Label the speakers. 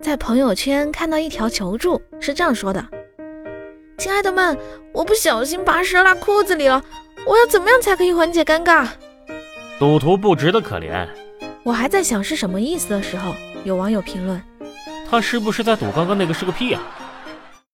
Speaker 1: 在朋友圈看到一条求助，是这样说的：“亲爱的们，我不小心把手拉裤子里了，我要怎么样才可以缓解尴尬
Speaker 2: 赌徒不值得可怜，？”
Speaker 1: 我还在想是什么意思的时候，有网友评论
Speaker 2: 他是不是在赌刚刚那个是个屁啊？